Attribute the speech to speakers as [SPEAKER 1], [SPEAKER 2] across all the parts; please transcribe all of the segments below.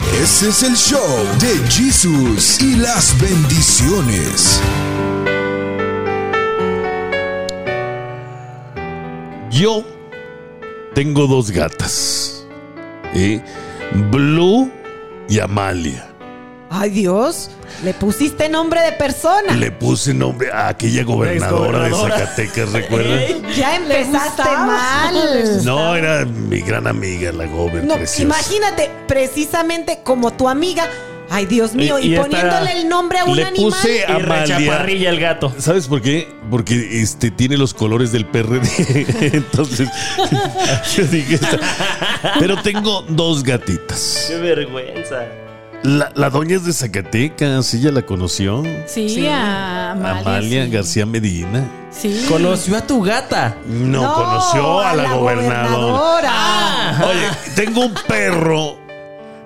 [SPEAKER 1] Ese es el show de Jesús y las bendiciones.
[SPEAKER 2] Yo tengo dos gatas. ¿eh? Blue y Amalia.
[SPEAKER 3] Ay, Dios. Le pusiste nombre de persona.
[SPEAKER 2] Le puse nombre a aquella gobernadora de Zacatecas, ¿recuerdan?
[SPEAKER 3] ya empezaste
[SPEAKER 4] gustaba.
[SPEAKER 3] mal.
[SPEAKER 2] No, era mi gran amiga, la gober,
[SPEAKER 3] No,
[SPEAKER 2] preciosa.
[SPEAKER 3] imagínate, precisamente como tu amiga. Ay, Dios mío.
[SPEAKER 4] Y-
[SPEAKER 3] Y,
[SPEAKER 4] y esta-
[SPEAKER 3] poniéndole el nombre a un
[SPEAKER 2] Eh, Le
[SPEAKER 3] animal.
[SPEAKER 2] puse
[SPEAKER 4] Y
[SPEAKER 2] Amalia.
[SPEAKER 4] rechaparrilla el gato.
[SPEAKER 2] ¿Sabes por qué? Porque este tiene los colores del PRD. Entonces, yo dije, "Esta". pero tengo dos gatitas.
[SPEAKER 4] Qué vergüenza.
[SPEAKER 2] La, la doña es de Zacatecas, ella la conoció.
[SPEAKER 5] Sí,
[SPEAKER 3] Sí.
[SPEAKER 5] a Amalia.
[SPEAKER 2] Amalia
[SPEAKER 5] sí.
[SPEAKER 2] García Medina.
[SPEAKER 5] Sí.
[SPEAKER 4] Conoció a tu gata.
[SPEAKER 2] No, conoció a la, gobernadora. Ah.
[SPEAKER 3] gobernadora.
[SPEAKER 2] Oye, tengo un perro.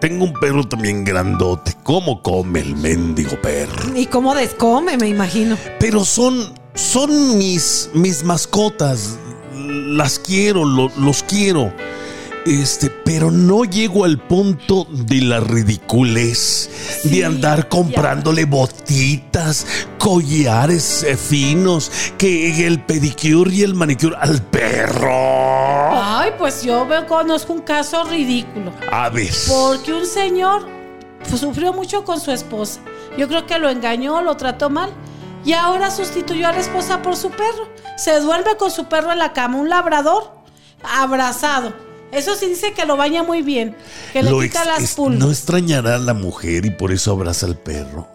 [SPEAKER 2] Tengo un perro también grandote. ¿Cómo come el mendigo perro?
[SPEAKER 3] Y cómo descome, me imagino.
[SPEAKER 2] Pero son, son mis, mis mascotas. Las quiero, lo- los quiero. Este, pero no llego al punto de la ridiculez, de andar comprándole botitas, collares eh, finos, que el pedicure y el manicure al perro.
[SPEAKER 5] Ay, pues yo veo- conozco un caso ridículo.
[SPEAKER 2] A ver.
[SPEAKER 5] Porque un señor pues, sufrió mucho con su esposa. Yo creo que lo engañó, lo trató mal. Y ahora sustituyó a la esposa por su perro. Se duerme con su perro en la cama, un labrador abrazado. Eso sí dice que lo baña muy bien, que le
[SPEAKER 2] Lo
[SPEAKER 5] quita
[SPEAKER 2] ex-
[SPEAKER 5] las
[SPEAKER 2] es-
[SPEAKER 5] pulgas.
[SPEAKER 2] No extrañará a la mujer y por eso abraza al perro.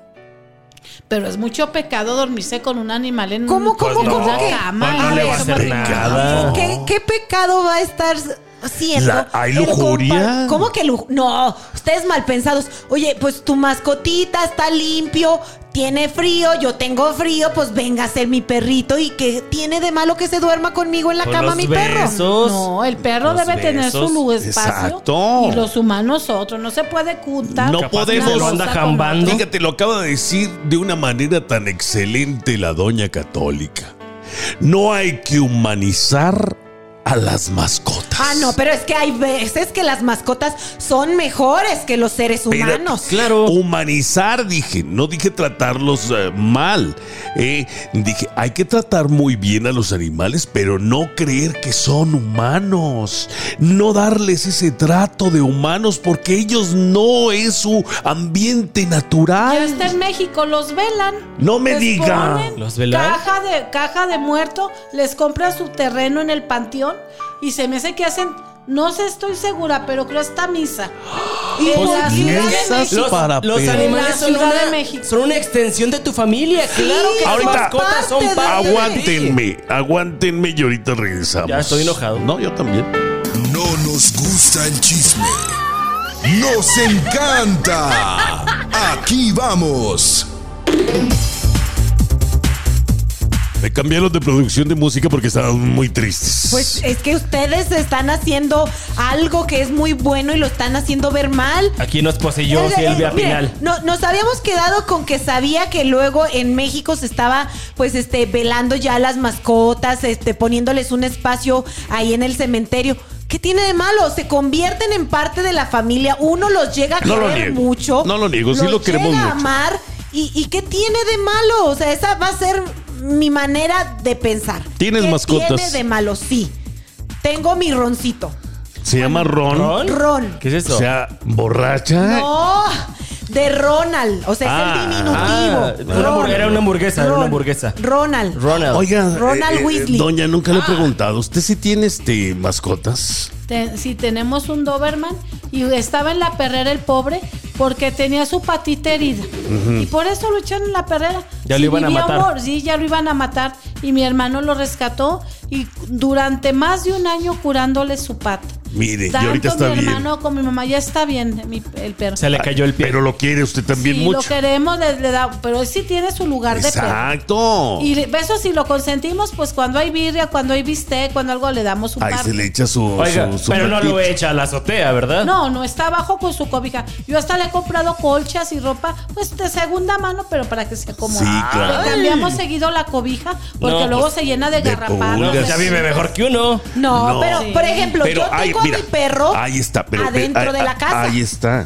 [SPEAKER 5] Pero es mucho pecado dormirse con un animal en
[SPEAKER 3] ¿Cómo,
[SPEAKER 5] en
[SPEAKER 3] cómo, cómo
[SPEAKER 5] una
[SPEAKER 3] que?
[SPEAKER 5] cama.
[SPEAKER 4] No, no le va a
[SPEAKER 5] Eso,
[SPEAKER 4] hacer
[SPEAKER 5] Martín.
[SPEAKER 2] nada.
[SPEAKER 3] ¿Qué, qué pecado va a estar haciendo?
[SPEAKER 2] La- ¿hay
[SPEAKER 3] el
[SPEAKER 2] lujuria?
[SPEAKER 3] compa- ¿Cómo que lujuria? No, ustedes mal pensados. Oye, pues tu mascotita está limpio, tiene frío, yo tengo frío, pues venga a ser mi perrito. ¿Y que tiene de malo que se duerma conmigo en la
[SPEAKER 4] Con
[SPEAKER 3] cama
[SPEAKER 4] los
[SPEAKER 3] mi perro?
[SPEAKER 4] besos.
[SPEAKER 5] No, el perro
[SPEAKER 4] Los
[SPEAKER 5] debe tener su
[SPEAKER 4] besos.
[SPEAKER 5] lu- espacio.
[SPEAKER 2] Exacto.
[SPEAKER 5] Y los humanos otro. No se puede juntar.
[SPEAKER 2] No
[SPEAKER 5] una
[SPEAKER 2] podemos.
[SPEAKER 5] cosa
[SPEAKER 2] Lo anda
[SPEAKER 5] con la
[SPEAKER 4] jambando.
[SPEAKER 5] otra.
[SPEAKER 2] Fíjate, lo acaba de decir de una manera tan excelente la doña católica. No hay que humanizar a las mascotas.
[SPEAKER 3] Ah, no, pero es que hay veces que las mascotas son mejores que los seres
[SPEAKER 2] Pero-
[SPEAKER 3] humanos.
[SPEAKER 4] Claro.
[SPEAKER 2] Humanizar, dije, no dije tratarlos eh, mal. eh, dije, hay que tratar muy bien a los animales, pero no creer que son humanos. No darles ese trato de humanos porque ellos no es su ambiente
[SPEAKER 5] Ya
[SPEAKER 2] natural.
[SPEAKER 5] está en México, los velan.
[SPEAKER 2] No me
[SPEAKER 5] Les
[SPEAKER 2] diga.
[SPEAKER 5] ponen
[SPEAKER 4] ¿Los velan?
[SPEAKER 5] Caja de, caja de muerto, les compran su terreno en el panteón y se me hace que hacen, no sé, estoy segura, pero creo esta misa. Y
[SPEAKER 3] Pues,
[SPEAKER 5] la Ciudad de
[SPEAKER 2] misas
[SPEAKER 5] México.
[SPEAKER 2] pa- para
[SPEAKER 4] los
[SPEAKER 2] perros.
[SPEAKER 4] animales son
[SPEAKER 5] Ciudad de
[SPEAKER 4] una,
[SPEAKER 5] México.
[SPEAKER 4] son una extensión de tu familia. claro que las
[SPEAKER 2] Ahorita,
[SPEAKER 4] mascotas son
[SPEAKER 3] parte de-
[SPEAKER 4] parte de ti.
[SPEAKER 2] Aguántenme, aguántenme y ahorita regresamos.
[SPEAKER 4] Ya estoy enojado.
[SPEAKER 2] No, yo también.
[SPEAKER 1] No nos gusta el chisme. Nos encanta. Aquí vamos.
[SPEAKER 2] Me cambiaron de producción de música porque estaban muy tristes.
[SPEAKER 3] Pues es que ustedes están haciendo algo que es muy bueno y lo están haciendo ver mal.
[SPEAKER 4] Aquí nos poseyó
[SPEAKER 3] Eh, eh,
[SPEAKER 4] Silvia
[SPEAKER 3] mire,
[SPEAKER 4] Pinal.
[SPEAKER 3] No, nos habíamos quedado con que sabía que luego en México se estaba, pues, este, velando ya las mascotas, este, poniéndoles un espacio ahí en el cementerio. ¿Qué tiene de malo? Se convierten en parte de la familia. Uno los llega a
[SPEAKER 2] No lo
[SPEAKER 3] querer
[SPEAKER 2] niego.
[SPEAKER 3] mucho.
[SPEAKER 2] No lo niego, sí
[SPEAKER 3] los
[SPEAKER 2] lo queremos
[SPEAKER 3] llega a
[SPEAKER 2] mucho.
[SPEAKER 3] amar. ¿Y, y qué tiene de malo? O sea, esa va a ser mi manera de pensar.
[SPEAKER 2] ¿Tienes
[SPEAKER 3] ¿Qué
[SPEAKER 2] mascotas?
[SPEAKER 3] tiene de malo? Sí. Tengo mi roncito.
[SPEAKER 2] Se llama Ron.
[SPEAKER 4] ¿Ron?
[SPEAKER 3] Ron.
[SPEAKER 4] ¿Qué es eso?
[SPEAKER 2] O sea, borracha.
[SPEAKER 3] No, de Ronald. O sea,
[SPEAKER 2] Ah,
[SPEAKER 3] es el diminutivo.
[SPEAKER 4] ah, una hamburg- era una hamburguesa, era una hamburguesa.
[SPEAKER 3] Ronald.
[SPEAKER 4] Ronald.
[SPEAKER 2] Oiga, eh,
[SPEAKER 3] Ronald Weasley.
[SPEAKER 2] Doña, nunca
[SPEAKER 5] Ah.
[SPEAKER 2] le he preguntado. ¿Usted sí tiene este mascotas?
[SPEAKER 5] Te- si tenemos un Doberman y estaba en la perrera el pobre porque tenía su patita herida y por eso lo echaron en la perrera.
[SPEAKER 4] Ya
[SPEAKER 5] Si
[SPEAKER 4] lo iban a
[SPEAKER 5] vivía
[SPEAKER 4] matar.
[SPEAKER 5] mor- sí, ya lo iban a matar y mi hermano lo rescató y durante más de un año curándole su pata.
[SPEAKER 2] Mire, Eh, y
[SPEAKER 5] Tanto
[SPEAKER 2] ahorita está
[SPEAKER 5] mi
[SPEAKER 2] bien.
[SPEAKER 5] hermano como mi mamá ya está bien mi- el perro.
[SPEAKER 4] Se le cayó el pie.
[SPEAKER 2] Pero lo quiere usted también
[SPEAKER 5] Sí, lo
[SPEAKER 2] mucho.
[SPEAKER 5] queremos, le, le da, pero él sí tiene su lugar de perro.
[SPEAKER 2] Exacto.
[SPEAKER 5] Y le- eso si lo consentimos, pues cuando hay birria, cuando hay bistec, cuando algo le damos un
[SPEAKER 2] Ahí
[SPEAKER 5] par.
[SPEAKER 2] se le echa su.
[SPEAKER 4] Oiga,
[SPEAKER 2] su- su
[SPEAKER 4] pero no lo
[SPEAKER 2] platito.
[SPEAKER 4] echa a la azotea, ¿verdad?
[SPEAKER 5] No, no está abajo con su cobija. Yo hasta le he comprado colchas y ropa, pues de segunda mano, pero para que se acomode.
[SPEAKER 2] Sí, claro.
[SPEAKER 5] Le cambiamos seguido la cobija porque
[SPEAKER 4] No,
[SPEAKER 5] luego
[SPEAKER 4] pues,
[SPEAKER 5] se llena de,
[SPEAKER 2] de
[SPEAKER 5] garrapatas.
[SPEAKER 2] pulgas.
[SPEAKER 5] de-
[SPEAKER 4] Ya vive mejor que uno.
[SPEAKER 3] No,
[SPEAKER 2] No.
[SPEAKER 3] pero por ejemplo, yo
[SPEAKER 2] ahí-
[SPEAKER 3] tengo a mi perro
[SPEAKER 2] Ahí está, pero ve-
[SPEAKER 3] adentro
[SPEAKER 2] ahí-
[SPEAKER 3] de la casa.
[SPEAKER 2] Ahí está.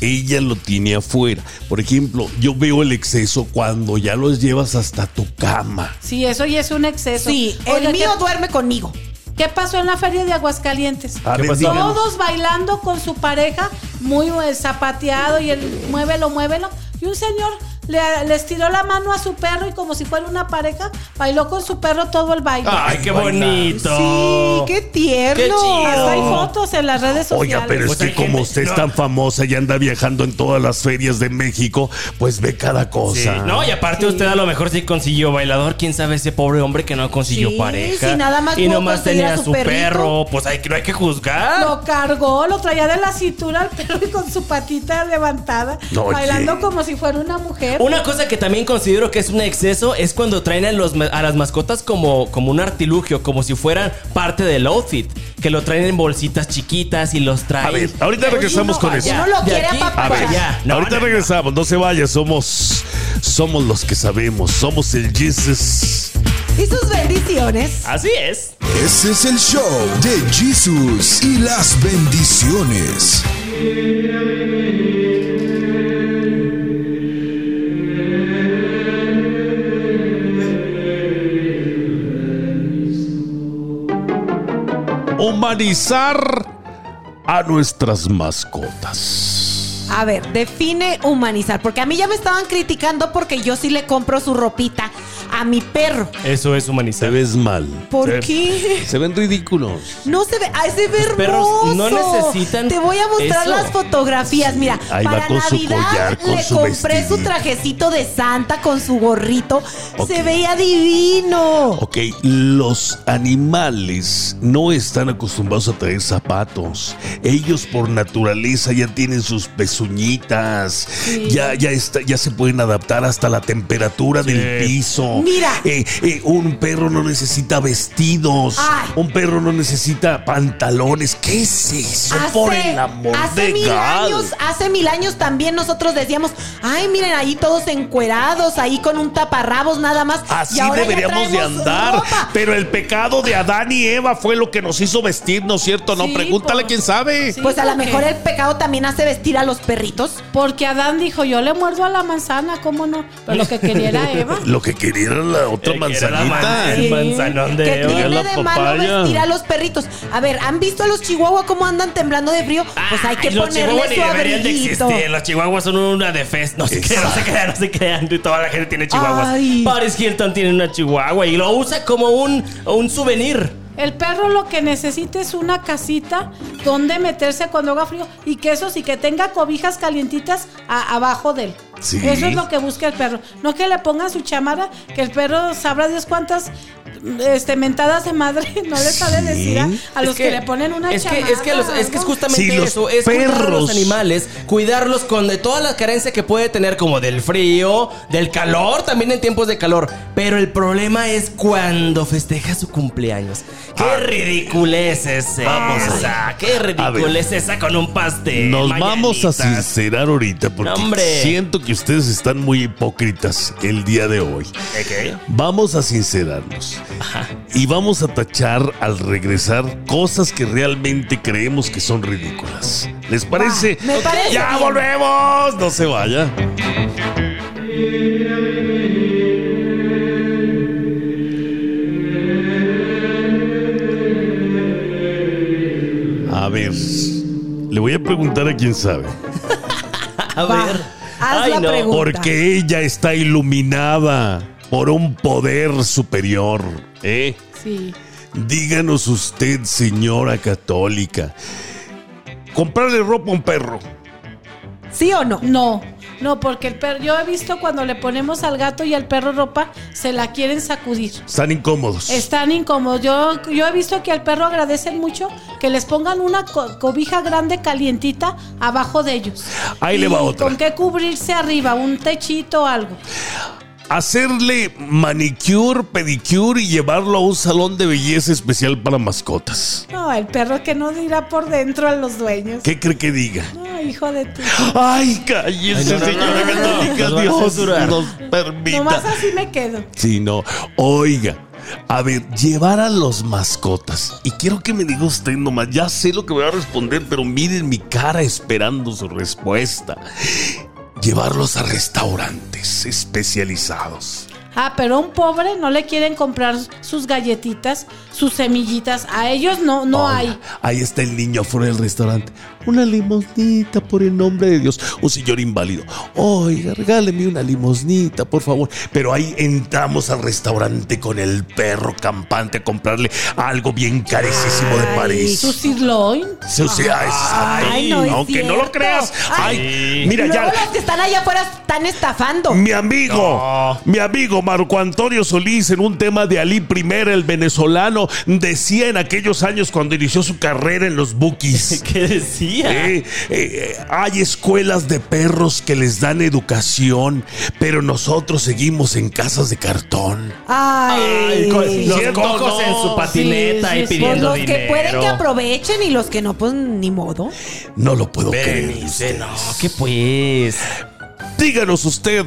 [SPEAKER 2] ella lo tiene afuera. Por ejemplo, yo veo el exceso cuando ya los llevas hasta tu cama.
[SPEAKER 5] Sí, eso ya es un exceso.
[SPEAKER 3] Sí,
[SPEAKER 5] Oiga,
[SPEAKER 3] el mío
[SPEAKER 5] ¿qué-
[SPEAKER 3] duerme conmigo.
[SPEAKER 5] ¿Qué pasó en la feria de Aguascalientes?
[SPEAKER 2] A
[SPEAKER 4] ¿Qué
[SPEAKER 2] ver,
[SPEAKER 4] pasó?
[SPEAKER 2] díganos.
[SPEAKER 5] Todos bailando con su pareja, muy eh, zapateado y el muévelo, muévelo. Y un señor le, les tiró la mano a su perro y como si fuera una pareja, bailó con su perro todo el baile.
[SPEAKER 4] Ay, qué
[SPEAKER 2] Baila.
[SPEAKER 4] bonito.
[SPEAKER 3] Sí, qué tierno.
[SPEAKER 4] Qué chido.
[SPEAKER 5] Hasta hay
[SPEAKER 4] no.
[SPEAKER 5] fotos en las redes sociales.
[SPEAKER 2] Oiga, pero es
[SPEAKER 4] Pues hay
[SPEAKER 2] que como
[SPEAKER 4] gente-
[SPEAKER 2] usted es
[SPEAKER 4] no.
[SPEAKER 2] tan famosa y anda viajando en todas las ferias de México, pues ve cada
[SPEAKER 4] Sí,
[SPEAKER 2] cosa.
[SPEAKER 4] No, y aparte usted a lo mejor sí consiguió bailador. ¿Quién sabe ese pobre hombre que no consiguió
[SPEAKER 3] Sí,
[SPEAKER 4] pareja?
[SPEAKER 3] si nada más
[SPEAKER 4] y
[SPEAKER 3] pudo
[SPEAKER 4] nomás
[SPEAKER 3] conseguir
[SPEAKER 4] tenía
[SPEAKER 3] a
[SPEAKER 4] su,
[SPEAKER 3] su
[SPEAKER 4] perro.
[SPEAKER 3] perrito.
[SPEAKER 4] Pues hay, que- no hay que
[SPEAKER 2] Ah.
[SPEAKER 4] juzgar.
[SPEAKER 5] Lo cargó, lo traía de la cintura al perro y con su patita levantada,
[SPEAKER 2] No, oye.
[SPEAKER 5] bailando como si fuera una mujer.
[SPEAKER 4] Una cosa que también considero que es un exceso es cuando traen a, los, a las mascotas como, como un artilugio, como si fueran parte del outfit. Que lo traen en bolsitas chiquitas y los traen.
[SPEAKER 2] A ver, ahorita regresamos con eso.
[SPEAKER 3] vaya. Uno lo
[SPEAKER 4] De
[SPEAKER 3] quiere
[SPEAKER 4] aquí
[SPEAKER 3] apapachar.
[SPEAKER 4] a ver, ya. No,
[SPEAKER 2] ahorita
[SPEAKER 4] no, no.
[SPEAKER 2] regresamos, no se vaya, somos somos los que sabemos, somos el Jesus.
[SPEAKER 3] Y sus bendiciones.
[SPEAKER 4] Así es.
[SPEAKER 1] Ese es el show de Jesus y las bendiciones.
[SPEAKER 2] Humanizar a nuestras mascotas.
[SPEAKER 3] A ver, define humanizar. Porque a mí ya me estaban criticando porque yo sí le compro su ropita a mi perro.
[SPEAKER 4] Eso es
[SPEAKER 2] Te
[SPEAKER 4] humanizar.
[SPEAKER 2] ves mal.
[SPEAKER 3] ¿Por
[SPEAKER 2] Se-
[SPEAKER 3] qué?
[SPEAKER 2] Se ven ridículos.
[SPEAKER 3] No se ve, ah, se ve
[SPEAKER 4] Los perros
[SPEAKER 3] hermoso.
[SPEAKER 4] no necesitan
[SPEAKER 3] Te voy a mostrar
[SPEAKER 4] eso.
[SPEAKER 3] las fotografías. Mira,
[SPEAKER 2] ahí va
[SPEAKER 3] para
[SPEAKER 2] con su
[SPEAKER 3] Navidad
[SPEAKER 2] collar, con
[SPEAKER 3] le
[SPEAKER 2] su
[SPEAKER 3] compré su
[SPEAKER 2] vestidito.
[SPEAKER 3] trajecito de Santa con su gorrito.
[SPEAKER 2] Ok.
[SPEAKER 3] Se veía divino.
[SPEAKER 2] Ok, los animales no están acostumbrados a traer zapatos. Ellos por naturaleza ya tienen sus pezuñitas, ya, ya, está- ya se pueden adaptar hasta la temperatura del piso.
[SPEAKER 3] Mira.
[SPEAKER 2] Eh, eh, un perro no necesita vestidos,
[SPEAKER 3] Ay.
[SPEAKER 2] un perro no necesita pantalones. ¿Qué es eso? por el amor
[SPEAKER 3] hace
[SPEAKER 2] de
[SPEAKER 3] mil
[SPEAKER 2] God.
[SPEAKER 3] años, hace mil años también nosotros decíamos, ay, miren, ahí todos encuerados, ahí con un taparrabos nada más.
[SPEAKER 2] Así
[SPEAKER 3] Y ahora ya
[SPEAKER 2] deberíamos de
[SPEAKER 3] traemos
[SPEAKER 2] andar.
[SPEAKER 3] ropa.
[SPEAKER 2] Pero el pecado de Adán y Eva fue lo que nos hizo vestir, ¿no es cierto? No,
[SPEAKER 5] Sí,
[SPEAKER 2] pregúntale
[SPEAKER 5] por-
[SPEAKER 2] quién sabe.
[SPEAKER 5] Sí,
[SPEAKER 3] Pues a lo
[SPEAKER 5] porque-
[SPEAKER 3] mejor el pecado también hace vestir a los perritos.
[SPEAKER 5] Porque Adán dijo, yo le muerdo a la manzana, ¿cómo no? Pero lo que quería era Eva.
[SPEAKER 2] Lo que quería era la otra
[SPEAKER 4] Eh, que era la man-
[SPEAKER 2] manzanita.
[SPEAKER 4] El manzanón de
[SPEAKER 3] ¿Qué
[SPEAKER 4] Eva.
[SPEAKER 3] tiene
[SPEAKER 2] La
[SPEAKER 3] de malo
[SPEAKER 2] papaya.
[SPEAKER 3] vestir a los perritos? A ver, ¿han visto a los chihuahua cómo andan temblando de frío? Pues hay que
[SPEAKER 4] Ay, Ah, los chihuahuas
[SPEAKER 3] ponerle
[SPEAKER 4] ni
[SPEAKER 3] su
[SPEAKER 4] deberían de
[SPEAKER 3] abriguito.
[SPEAKER 4] existir. Los chihuahuas son una defensa. No se crean, no se crean, no se crean. Y toda la gente tiene chihuahuas.
[SPEAKER 3] Ay.
[SPEAKER 4] Paris Hilton tiene una chihuahua y lo usa como un, un souvenir.
[SPEAKER 5] El perro lo que necesita es una casita donde meterse cuando haga frío y que eso sí que tenga cobijas calientitas a- abajo de él.
[SPEAKER 2] Sí.
[SPEAKER 5] Eso es lo que busca el perro. No que le pongan su chamara, que el perro sabrá Dios cuántas este, mentadas de madre no le sabe decir a, a
[SPEAKER 4] Es
[SPEAKER 5] los que, le ponen una
[SPEAKER 4] es que,
[SPEAKER 5] chamara.
[SPEAKER 4] es que, los- es, que es
[SPEAKER 5] ¿no?
[SPEAKER 4] justamente
[SPEAKER 2] Sí, los
[SPEAKER 4] eso, es cuidar a los
[SPEAKER 2] perros.
[SPEAKER 4] animales, cuidarlos con de toda la carencia que puede tener como del frío, del calor, también en tiempos de calor. Pero el problema es cuando festeja su cumpleaños. ¡Qué
[SPEAKER 2] Ah.
[SPEAKER 4] ridiculez es
[SPEAKER 2] Vamos a
[SPEAKER 4] esa! ¡Qué ridiculez es esa con un pastel!
[SPEAKER 2] Nos vamos a
[SPEAKER 4] mañanitas!
[SPEAKER 2] sincerar ahorita porque
[SPEAKER 4] No, hombre.
[SPEAKER 2] siento que ustedes están muy hipócritas el día de hoy.
[SPEAKER 4] ¿De qué?
[SPEAKER 2] Vamos a sincerarnos y vamos a tachar al regresar cosas que realmente creemos que son ridículas. ¿Les parece?
[SPEAKER 3] me parece
[SPEAKER 2] ya
[SPEAKER 3] bien.
[SPEAKER 2] volvemos, no se vaya. A ver, le voy a preguntar a quién sabe.
[SPEAKER 4] A
[SPEAKER 3] Va,
[SPEAKER 4] ver.
[SPEAKER 3] haz la pregunta.
[SPEAKER 2] Porque ella está iluminada por un poder superior. ¿eh?
[SPEAKER 5] Sí.
[SPEAKER 2] Díganos usted, señora católica, comprarle ropa a un perro.
[SPEAKER 3] ¿Sí o no?
[SPEAKER 5] No, no, porque el perro, yo he visto cuando le ponemos al gato y al perro ropa, se la quieren sacudir.
[SPEAKER 2] Están incómodos.
[SPEAKER 5] Están incómodos. Yo, yo he visto que al perro agradecen mucho que les pongan una co- cobija grande calientita abajo de ellos.
[SPEAKER 2] Ahí
[SPEAKER 5] Y
[SPEAKER 2] le va otra.
[SPEAKER 5] Con qué cubrirse arriba, un techito o algo.
[SPEAKER 2] Hacerle manicure, pedicure y llevarlo a un salón de belleza especial para mascotas.
[SPEAKER 5] No, el perro que no dirá por dentro a los dueños.
[SPEAKER 2] ¿Qué cree que diga?
[SPEAKER 5] No, hijo de tu.
[SPEAKER 2] Ay, cállese,
[SPEAKER 4] Ay, no, no,
[SPEAKER 2] señora
[SPEAKER 4] no, no,
[SPEAKER 2] católica.
[SPEAKER 4] no. Nos van a
[SPEAKER 2] Dios
[SPEAKER 4] censurar.
[SPEAKER 2] nos permita.
[SPEAKER 5] Nomás así me quedo.
[SPEAKER 2] Sí, no. Oiga, A ver, llevar a los mascotas. Y quiero que me diga usted nomás, ya sé lo que voy a responder, pero miren mi cara esperando su respuesta. Llevarlos a restaurantes especializados.
[SPEAKER 5] Ah, pero a un pobre no le quieren comprar sus galletitas, sus semillitas. A ellos no, no
[SPEAKER 2] Hola,
[SPEAKER 5] hay.
[SPEAKER 2] Ahí está el niño afuera del restaurante. Una limosnita, por el nombre de Dios. Un señor inválido. Oiga, regáleme una limosnita, por favor. Pero ahí entramos al restaurante con el perro campante a comprarle algo bien carísimo de
[SPEAKER 3] Ay,
[SPEAKER 2] París.
[SPEAKER 5] Su sirloin.
[SPEAKER 2] Sí, sí, ah, exacto.
[SPEAKER 3] Ay, no es
[SPEAKER 2] aunque no
[SPEAKER 3] cierto.
[SPEAKER 2] lo creas. Ay,
[SPEAKER 3] Ay,
[SPEAKER 2] mira,
[SPEAKER 3] Luego
[SPEAKER 2] ya.
[SPEAKER 3] los que están allá afuera están estafando.
[SPEAKER 2] Mi amigo, mi amigo Marco Antonio Solís, en un tema de Ali I, el venezolano, decía en aquellos años cuando inició su carrera en los Bookies.
[SPEAKER 4] ¿Qué decía?
[SPEAKER 2] Eh, eh, hay escuelas de perros que les dan educación, pero nosotros seguimos en casas de cartón.
[SPEAKER 3] Ay,
[SPEAKER 4] Ay, con- los
[SPEAKER 2] ¿Cierto?
[SPEAKER 4] cocos en
[SPEAKER 2] No.
[SPEAKER 4] su patineta
[SPEAKER 5] Sí, sí,
[SPEAKER 4] y
[SPEAKER 5] sí.
[SPEAKER 3] Pues
[SPEAKER 4] pidiendo
[SPEAKER 3] los que
[SPEAKER 4] dinero.
[SPEAKER 3] pueden que aprovechen y los que no, pues ni modo.
[SPEAKER 2] No lo puedo creer.
[SPEAKER 4] Berenice, no, ¿qué pues?
[SPEAKER 2] Díganos usted,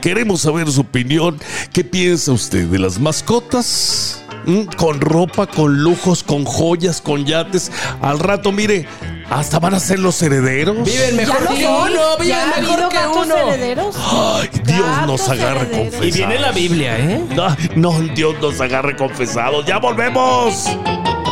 [SPEAKER 2] queremos saber su opinión. ¿Qué piensa usted de las mascotas? ¿Mm? Con ropa, con lujos, con joyas, con yates. Al rato, mire, hasta van a ser los herederos.
[SPEAKER 4] Viven mejor
[SPEAKER 3] lo
[SPEAKER 4] que
[SPEAKER 3] son,
[SPEAKER 4] uno,
[SPEAKER 5] ¿Ya
[SPEAKER 4] viven
[SPEAKER 5] ha habido
[SPEAKER 4] mejor que
[SPEAKER 5] gatos
[SPEAKER 4] uno.
[SPEAKER 5] herederos?
[SPEAKER 2] Ay, Dios nos
[SPEAKER 5] Gatos
[SPEAKER 2] agarre
[SPEAKER 5] herederos.
[SPEAKER 2] confesados. Ah,
[SPEAKER 4] Y viene la Biblia, ¿eh?
[SPEAKER 2] No, no, Dios nos agarre confesados. ¡Ya volvemos!